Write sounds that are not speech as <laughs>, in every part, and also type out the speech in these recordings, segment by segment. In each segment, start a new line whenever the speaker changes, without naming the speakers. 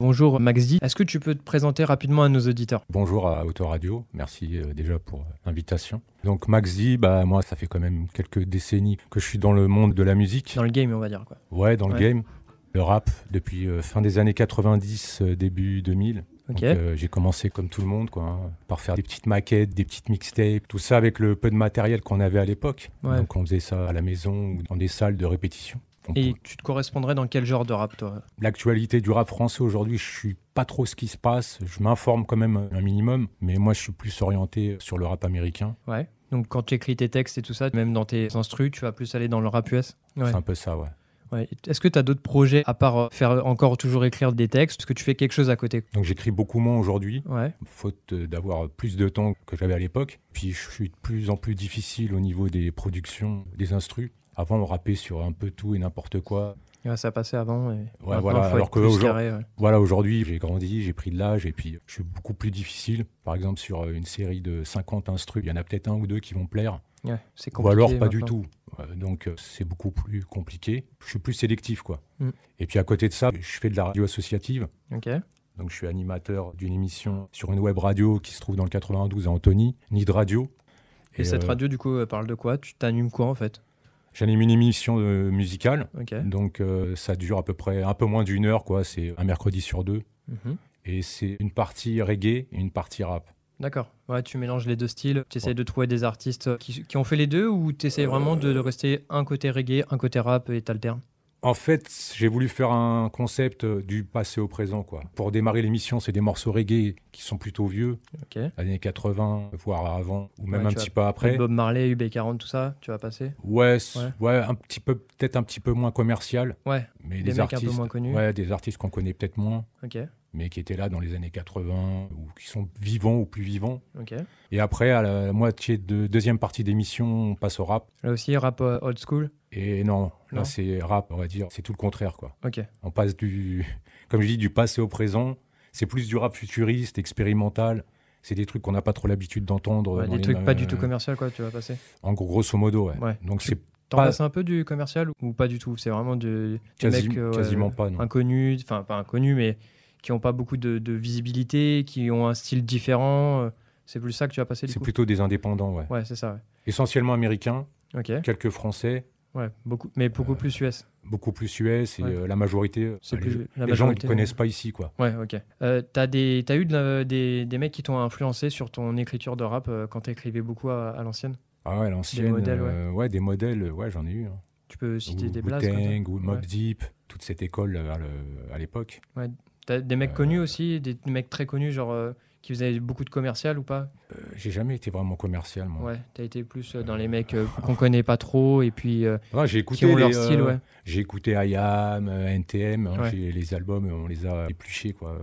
Bonjour Maxdi, est-ce que tu peux te présenter rapidement à nos auditeurs
Bonjour à Autoradio, merci euh, déjà pour l'invitation. Donc Maxi, bah moi ça fait quand même quelques décennies que je suis dans le monde de la musique.
Dans le game, on va dire quoi.
Ouais, dans le
Ouais.
game, le rap depuis euh, fin des années 90, euh, début 2000.
Ok.
Donc, euh, j'ai commencé comme tout le monde, quoi, hein, par faire des petites maquettes, des petites mixtapes, tout ça avec le peu de matériel qu'on avait à l'époque.
Ouais.
Donc on faisait ça à la maison ou dans des salles de répétition. On
Et tu te correspondrais dans quel genre de rap, toi
l'actualité du rap français aujourd'hui, je suis pas trop ce qui se passe. Je m'informe quand même un minimum, mais moi je suis plus orienté sur le rap américain.
Ouais. Donc quand tu écris tes textes et tout ça, même dans tes instrus, tu vas plus aller dans le rap US Ouais.
C'est un peu ça, ouais.
Ouais. Est-ce que tu as d'autres projets à part euh, faire encore toujours écrire des textes Est-ce que tu fais quelque chose à côté
Donc j'écris beaucoup moins aujourd'hui,
Ouais.
faute d'avoir plus de temps que j'avais à l'époque. Puis je suis de plus en plus difficile au niveau des productions, des instrus. Avant, on rappait sur un peu tout et n'importe quoi.
Ouais, ça passait avant. Et... maintenant,
voilà,
faut être
alors que
plus
aujourd'hui-
carré, ouais.
Voilà, aujourd'hui, j'ai grandi, j'ai pris de l'âge et puis je suis beaucoup plus difficile. Par exemple, sur une série de 50 instrus, il y en a peut-être un ou deux qui vont plaire.
Ouais, c'est
Ou
compliqué
alors pas du
maintenant.
tout. Euh, Donc euh, c'est beaucoup plus compliqué. Je suis plus sélectif quoi.
Mm.
Et puis à côté de ça, je fais de la radio associative.
Ok.
Donc je suis animateur d'une émission sur une web radio qui se trouve dans le 92 à Antony, Nid Radio.
Et, cette
euh,
radio, du coup, elle parle de quoi Tu t'animes quoi en fait
J'anime une émission euh, musicale.
Ok.
Donc euh, ça dure à peu près un peu moins d'une heure quoi. C'est un mercredi sur deux.
Mhm.
Et c'est une partie reggae et une partie rap.
D'accord. Ouais, tu mélanges les deux styles. Tu essaies de trouver des artistes qui, qui ont fait les deux ou tu
Euh,
essaies vraiment de, de rester un côté reggae, un côté rap et t'alternes
En fait, j'ai voulu faire un concept euh, du passé au présent quoi. Pour démarrer l'émission, c'est des morceaux reggae qui sont plutôt vieux.
Ok.
années 80, voire avant, ou même
Ouais,
un
tu
petit peu après.
Bob Marley, UB40, tout ça, tu vas passer
Ouais, c-
Ouais.
ouais. un petit peu, peut-être un petit peu moins commercial,
Ouais.
mais
Des
des,
mecs un peu
artistes,
moins connus.
ouais, des artistes qu'on connaît peut-être moins,
Ok.
mais qui étaient là dans les années 80 ou qui sont vivants ou plus vivants.
Ok.
Et après, à la moitié de deuxième partie d'émission, on passe au rap.
Là aussi, rap euh, old school.
Et non,
Non.
là c'est rap, on va dire, c'est tout le contraire quoi.
Ok.
On passe du, comme je dis, du passé au présent. C'est plus du rap futuriste, expérimental. C'est des trucs qu'on n'a pas trop l'habitude d'entendre.
Ouais,
dans
des
les-
trucs pas du tout
euh,
commercial, quoi, tu vas passer.
En gros, grosso modo, ouais.
Ouais.
Donc
Tu-
c'est
T'en
Pas-
passes un peu du commercial ou- ou pas du tout C'est vraiment du, des
Quasi-
mecs euh,
quasiment pas, non.
inconnus, enfin pas inconnus, mais qui ont pas beaucoup de, de visibilité, qui ont un style différent. euh, C'est plus ça que tu vas passer du
C'est
coup
plutôt des indépendants, ouais.
Ouais, c'est ça. ouais.
Essentiellement américains,
Ok.
quelques français,
Ouais, beaucoup, mais beaucoup plus US.
beaucoup plus US et
Ouais.
euh, la majorité. euh,
C'est
les,
plus
les
la
gens ne
majorité,
connaissent pas ici, quoi.
Ouais, ok. Euh, t'as des, t'as eu de la- des, des mecs qui t'ont influencé sur ton écriture de rap euh, quand t'écrivais beaucoup à, à l'ancienne.
Ah ouais, l'ancienne.
modèles, ouais.
euh, ouais, des modèles, euh, ouais, j'en ai eu. hein.
Tu peux citer
Ou
des blazes. quoi, toi
Wu-Tang, ou Mobb
Ouais.
Deep, toute cette école euh, à le- à l'époque.
T'as des mecs
Euh,
connus aussi, des mecs très connus, genre euh, qui faisaient beaucoup de commercial ou pas
Euh, J'ai jamais été vraiment commercial, moi.
Ouais, t'as été plus euh, dans les mecs euh, qu'on connaît pas trop et puis euh,
Ouais, Ah,
qui
J'ai écouté,
ont leur
les,
style,
euh,
ouais.
J'ai écouté IAM, NTM, hein,
Ouais.
j'ai- les albums, on les a épluchés, quoi.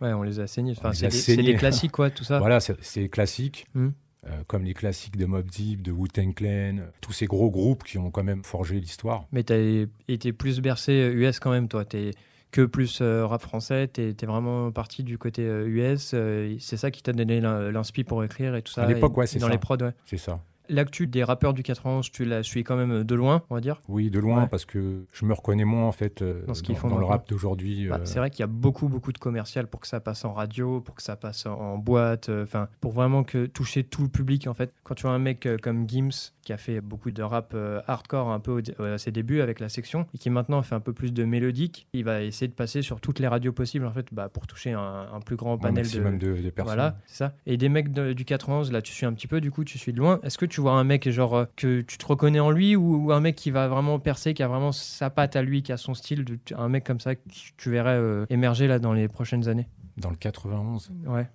Ouais, on les a saignés. Enfin,
les
c'est
a
des, c'est
saignés.
des classiques, quoi, tout ça.
Voilà, c'est- c'est classique.
Ah. Hmm.
euh, comme les classiques de Mobb Deep, de Wu-Tang Clan, tous ces gros groupes qui ont quand même forgé l'histoire.
Mais t'as été plus bercé euh, US quand même, toi. T'es que plus euh, rap français, t'es t'es vraiment parti du côté euh, US. euh, c'est ça qui t'a donné l'in- l'inspi pour écrire et tout ça.
À l'époque,
et-
ouais, c'est
Dans
ça.
les prods, ouais.
C'est ça.
L'actu des rappeurs du 91, tu la suis quand même euh, de loin, on va dire.
Oui, de loin,
Ouais.
parce que je me reconnais moins en fait euh,
Dans
dans,
ce qu'ils font
dans le
maintenant.
rap d'aujourd'hui.
Bah,
euh,
c'est vrai qu'il y a beaucoup, beaucoup de commercial pour que ça passe en radio, pour que ça passe en, en boîte, euh, enfin, pour vraiment que toucher tout le public, en fait. Quand tu vois un mec euh, comme Gims, qui a fait beaucoup de rap euh, hardcore un peu au dé- euh, à ses débuts avec la section, et qui maintenant fait un peu plus de mélodique, il va essayer de passer sur toutes les radios possibles, en fait, bah, pour toucher un, un plus grand
un
panel de...
maximum de, de personnes.
Voilà, c'est ça. Et des mecs de- du 91, là, tu suis un petit peu, du coup, tu suis de loin. Est-ce que tu vois un mec, genre, euh, que tu te reconnais en lui ou, ou un mec qui va vraiment percer, qui a vraiment sa patte à lui, qui a son style, de- tu- un mec comme ça que tu- tu verrais euh, émerger, là, dans les prochaines années
Dans le 91
Ouais.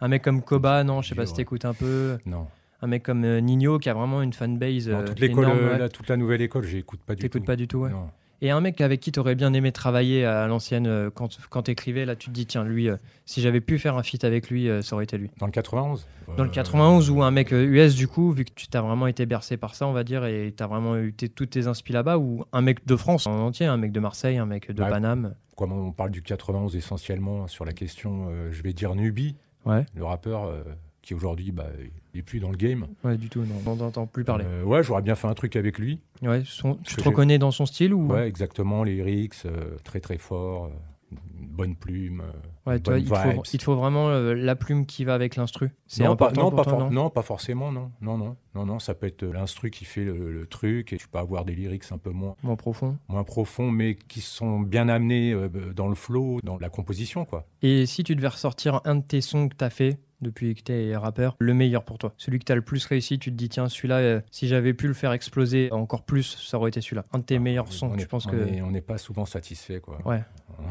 Un mec comme Koba, non, je sais
dur,
pas si
Euh, ouais.
t'écoutes un peu.
Non.
Un mec comme euh, Nino, qui a vraiment une fanbase.
Non,
euh,
toute l'école,
énorme,
euh,
ouais.
la- toute la nouvelle école, j'écoute pas du tout.
T'écoutes pas du tout, ouais.
Non.
Et un mec avec qui t'aurais bien aimé travailler à l'ancienne, euh, quand, quand t'écrivais, là, tu te dis, tiens, lui, euh, si j'avais pu faire un feat avec lui, euh, ça aurait été lui.
Dans le 91
Dans le
Euh,
91 ou un mec euh, US du coup, vu que tu t'as vraiment été bercé par ça, on va dire, et t'as vraiment eu tes- toutes tes inspi là-bas, ou un mec de France en entier, un mec de Marseille, un mec de
Ouais.
Paname.
Comme on parle du 91 essentiellement sur la question, euh, je vais dire Nubi,
Ouais.
le rappeur euh, qui aujourd'hui, bah, il est plus dans le game.
Ouais, du tout, non, on n'entend plus parler.
Euh, ouais, j'aurais bien fait un truc avec lui.
Ouais, son- tu
que
te
j'ai-
reconnais dans son style ou
Ouais, exactement, les lyrics, euh, très très fort. euh. une bonne plume. euh,
Ouais,
une
tu vois,
bonne
il, te faut,
vibes.
il te faut vraiment euh, la plume qui va avec l'instru. C'est
non, pas,
important
non,
pour
pas
toi, non
for- non, pas forcément, non. Non, non, non, non, ça peut être euh, l'instru qui fait le, le truc et tu peux avoir des lyrics un peu moins,
Bon, profond.
moins profonds, mais qui sont bien amenés euh, dans le flow, dans la composition, quoi.
Et si tu devais ressortir un de tes sons que t'as fait depuis que t'es rappeur, le meilleur pour toi, celui que t'as le plus réussi, tu te dis tiens celui-là, euh, si j'avais pu le faire exploser encore plus, ça aurait été celui-là. Un de tes meilleurs sons,
Ah, On
tu
est-
penses
on
que
est- on n'est pas souvent satisfait, quoi.
Ouais.
<laughs>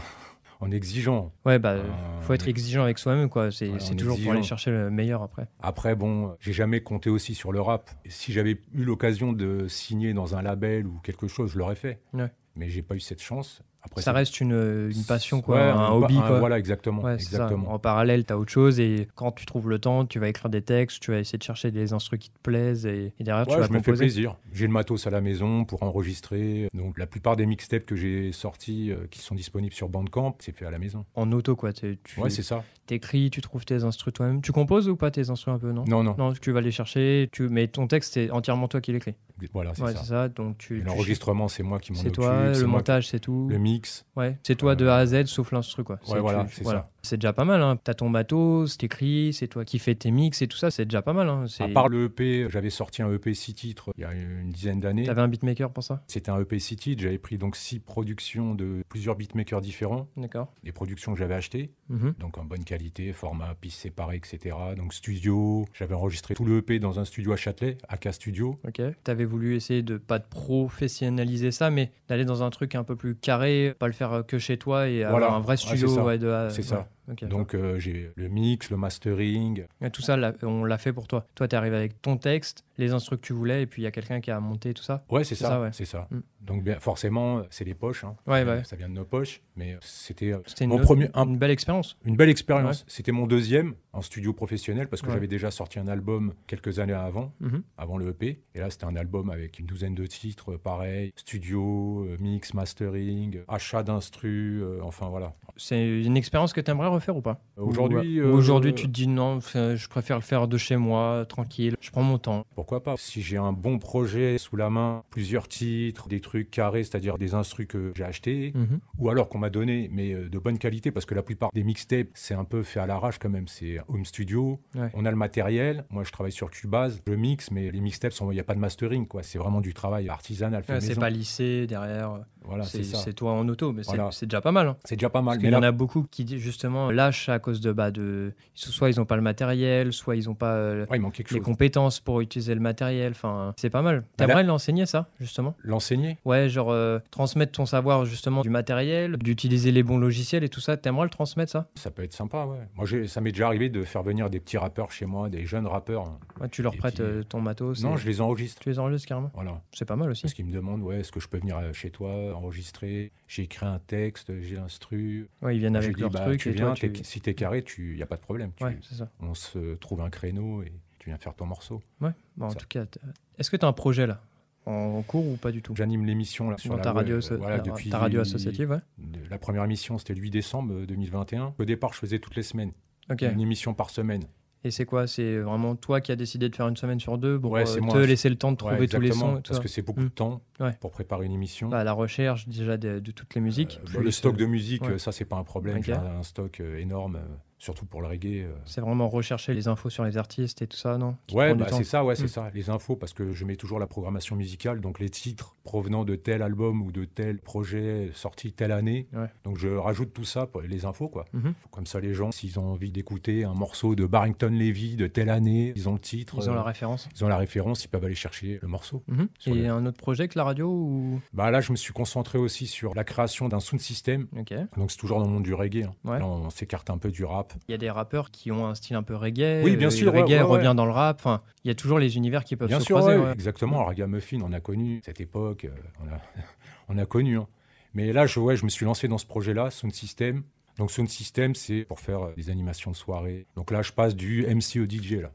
en exigeant.
ouais bah
Euh,
faut être exigeant avec soi-même quoi. C'est
Ouais,
c'est
on est
toujours pour aller
exigeant.
chercher le meilleur après.
Après, bon, j'ai jamais compté aussi sur le rap. Si j'avais eu l'occasion de signer dans un label ou quelque chose, je l'aurais fait.
Ouais.
Mais j'ai pas eu cette chance. Après,
ça
c'est-
reste une, une passion quoi,
Ouais,
un
pa-
hobby quoi.
Voilà, exactement.
Ouais, c'est ça.
exactement.
En parallèle, tu as autre chose et quand tu trouves le temps, tu vas écrire des textes, tu vas essayer de chercher des instruments qui te plaisent et, et derrière tu
Ouais,
vas
je me fais
composer.
plaisir. J'ai le matos à la maison pour enregistrer. Donc, la plupart des mixtapes que j'ai sortis, euh, qui sont disponibles sur Bandcamp, c'est fait à la maison.
En auto, quoi. Tu
Ouais, c'est ça.
écris, tu trouves tes instruments toi-même. Tu composes ou pas tes instruments un peu, non
Non, non.
Non, tu vas les chercher, tu... mais ton texte, c'est entièrement toi qui l'écris.
Voilà, c'est
Ouais,
ça.
c'est ça. Donc tu.
Et
tu-
L'enregistrement, c'est moi qui m'en
C'est
occupe.
toi,
c'est
le
moi-
montage, c'est tout.
le mix.
Ouais, c'est toi de A à Z sauf l'instru quoi. C'est-
voilà,
tu-
c'est ça.
C'est déjà pas mal. Hein. T'as ton matos, t'écris, c'est toi qui fais tes mix et tout ça, c'est déjà pas mal. Hein.
À
C'est-
part le EP, j'avais sorti un EP 6 titres il y a une dizaine d'années.
T'avais un beatmaker pour ça
C'était un EP 6 titres. J'avais pris donc six productions de plusieurs beatmakers différents,
D'accord.
des productions que j'avais achetées,
Mhm.
donc en bonne qualité, format piste séparée, etc. Donc studio, j'avais enregistré tout le EP dans un studio à Châtelet, AK Studio.
Ok. T'avais voulu essayer de pas de professionnaliser ça, mais d'aller dans un truc un peu plus carré, pas le faire euh, que chez toi et
Voilà.
avoir un vrai
Ouais,
studio.
c'est ça.
Euh, ouais, de A-
C'est ça.
ouais. Ok,
Donc euh, j'ai le mix, le mastering.
d'accord. Et tout ça, là, on l'a fait pour toi. Toi, t'es arrivé avec ton texte, les instruments que tu voulais, et puis il y a quelqu'un qui a monté tout ça.
Ouais, c'est
C'est ça,
ça,
ouais.
c'est ça.
Mm.
Donc bien, forcément, c'est les poches. hein.
Ouais, ouais.
Ça vient de nos poches, mais c'était euh,
Euh, C'était une,
mon
autre-
premier, un-
une belle expérience.
Une belle expérience. C'était mon deuxième en studio professionnel parce que
Ouais.
j'avais déjà sorti un album quelques années avant,
Mhm.
avant le EP. Et là, c'était un album avec une douzaine de titres, euh, pareil, studio, euh, mix, mastering, euh, achat d'instru, euh, enfin voilà.
C'est une expérience que t'aimerais refaire ou pas
Aujourd'hui,
Ou-
euh,
ou Aujourd'hui, tu te dis non, enfin, je préfère le faire de chez moi, tranquille, je prends mon temps.
pourquoi pas Si j'ai un bon projet sous la main, plusieurs titres, des trucs carrés, c'est-à-dire des instrus que j'ai achetés,
Mhm.
ou alors qu'on m'a donné, mais euh, de bonne qualité, parce que la plupart des mixtapes, c'est un peu fait à l'arrache quand même. C'est home studio,
Ouais.
on a le matériel. Moi, je travaille sur Cubase, je mixe, mais les mixtapes, sont- il n'y a pas de mastering, quoi. C'est vraiment du travail artisanal. fait
Ouais, c'est
maison.
pas lissé derrière, euh,
Voilà,
c'est
c'est ça.
c'est toi en auto, mais c'est-
Voilà.
c'est déjà pas mal. hein.
C'est déjà pas
Parce
mal.
qu'il
Mais
y
là,
en a beaucoup qui di- justement lâchent à cause de bah de soit ils n'ont pas le matériel, soit ils n'ont pas euh,
ouais, il manque quelque
les
chose.
compétences pour utiliser le matériel. Enfin, c'est pas mal.
Bah là-
T'aimerais l'enseigner ça justement
L'enseigner
Ouais, genre euh, transmettre ton savoir justement du matériel, d'utiliser les bons logiciels et tout ça. T'aimerais le transmettre ça
ça peut être sympa, ouais. Moi, j'ai- ça m'est déjà arrivé de faire venir des petits rappeurs chez moi, des jeunes rappeurs. hein.
Ouais, Tu leur
Et
prêtes
puis-
euh, ton matos.
Non,
et-
je les enregistre.
Tu les enregistres carrément.
Voilà.
C'est pas mal aussi.
Parce qu'ils me demandent, ouais, est-ce que je peux venir euh, chez toi enregistrer J'ai écrit un texte, j'ai instru.
Ouais, ils viennent
Je
avec
dis,
leur
bah,
truc
tu
et
viens,
toi, tu...
t'es- si t'es carré, il n'y a pas de problème. Tu-
Ouais, c'est ça.
on se trouve un créneau et tu viens faire ton morceau.
Ouais. Bon, en
Ça.
tout cas, t'as- est-ce que t'as un projet là en cours ou pas du tout
J'anime l'émission là, sur
Dans
la
ta
web,
radio,
euh,
asso-
voilà,
ta-
depuis
ta radio associative, ouais.
de- La première émission, c'était le 8 décembre euh, 2021. Au départ, je faisais toutes les semaines,
Ok.
une émission par semaine.
Et c'est quoi C'est vraiment toi qui as décidé de faire une semaine sur deux pour
Ouais,
euh,
c'est
te
moi.
laisser le temps de
Ouais,
trouver tous les
exactement,
sons et tout
parce
ça.
que c'est beaucoup
Mm.
de temps
Ouais.
pour préparer une émission.
Bah, la recherche déjà de, de toutes les musiques.
Euh,
plus
bah, le
le-
stock de musique,
ouais.
euh, ça, c'est pas un problème.
Ok.
J'ai un un stock euh, énorme, euh, surtout pour le reggae. euh.
C'est vraiment rechercher les infos sur les artistes et tout ça, non Qui te
Ouais,
prend du
bah,
temps.
c'est ça, ouais, c'est
Mm.
ça. Les infos, parce que je mets toujours la programmation musicale, donc les titres provenant de tel album ou de tel projet sorti telle année.
Ouais.
Donc je rajoute tout ça, pour les infos, quoi.
Mhm.
Comme ça, les gens, s'ils ont envie d'écouter un morceau de Barrington Levy de telle année, ils ont le titre,
Ils ont
euh,
la référence.
ils ont la référence, ils peuvent aller chercher le morceau.
Mhm.
sur
Et
le-
un autre projet que la radio ou...
Bah là, je me suis concentré aussi sur la création d'un sound system.
Ok.
Donc c'est toujours dans le monde du reggae. hein.
Ouais.
Là, on s'écarte un peu du rap.
Il y a des rappeurs qui ont un style un peu reggae.
Oui, bien
euh, et
sûr,
Le
ouais,
reggae
ouais, ouais.
revient dans le rap. Enfin, il y a toujours les univers qui peuvent
Bien
se
sûr,
croiser.
ouais,
ouais.
exactement. Ragamuffin, on a connu cette époque, euh, on a, <laughs> on a connu. hein. Mais là, je, ouais, je me suis lancé dans ce projet-là, Sound System. Donc Sound System, c'est pour faire euh, des animations de soirée. Donc là, je passe du MC au DJ, là.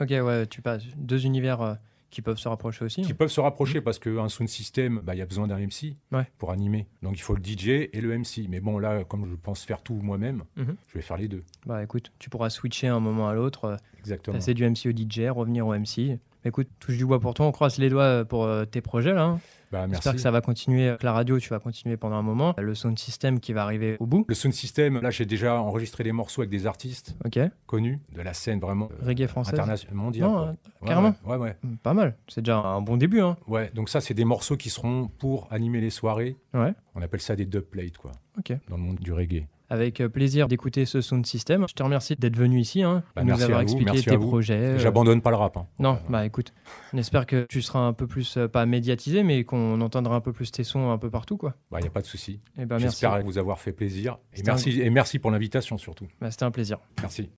Ok, ouais, tu passes deux univers euh, qui peuvent se rapprocher aussi.
qui peuvent se rapprocher parce qu'un sound system, bah, il y a besoin d'un MC
Ouais.
pour animer. Donc il faut le DJ et le MC. Mais bon, là, comme je pense faire tout moi-même,
Mhm.
je vais faire les deux.
Bah écoute, tu pourras switcher un moment à l'autre, euh,
Exactement.
passer du MC au DJ, revenir au MC. Écoute, touche du bois pour toi, on croise les doigts pour euh, tes projets là. hein.
Bah, merci.
J'espère que ça va continuer, euh, que la radio, tu vas continuer pendant un moment. Le sound system qui va arriver au bout.
Le sound system, là, j'ai déjà enregistré des morceaux avec des artistes
Ok,
connus de la scène vraiment euh,
reggae français.
internationale, mondiale.
Non,
quoi.
hein,
Ouais,
carrément.
Ouais, ouais, ouais.
Hmm, Pas mal. C'est déjà un bon début. Hein.
Ouais, donc ça, c'est des morceaux qui seront pour animer les soirées.
Ouais.
On appelle ça des dubplates, quoi.
Ok.
Dans le monde du reggae.
Avec euh, plaisir d'écouter ce sound system. Je te remercie d'être venu ici hein,
Bah,
et nous
merci
avoir
à vous,
expliqué
merci à
tes
vous.
projets. euh,
J'abandonne pas le rap. hein.
Non, bah écoute, on espère que tu seras un peu plus, euh, pas médiatisé, mais qu'on entendra un peu plus tes sons un peu partout, quoi.
Bah, y a pas de souci.
Et ben merci.
J'espère vous avoir fait plaisir. Et
C'était un-
merci, et merci pour l'invitation surtout.
Bah, C'était un plaisir.
Merci.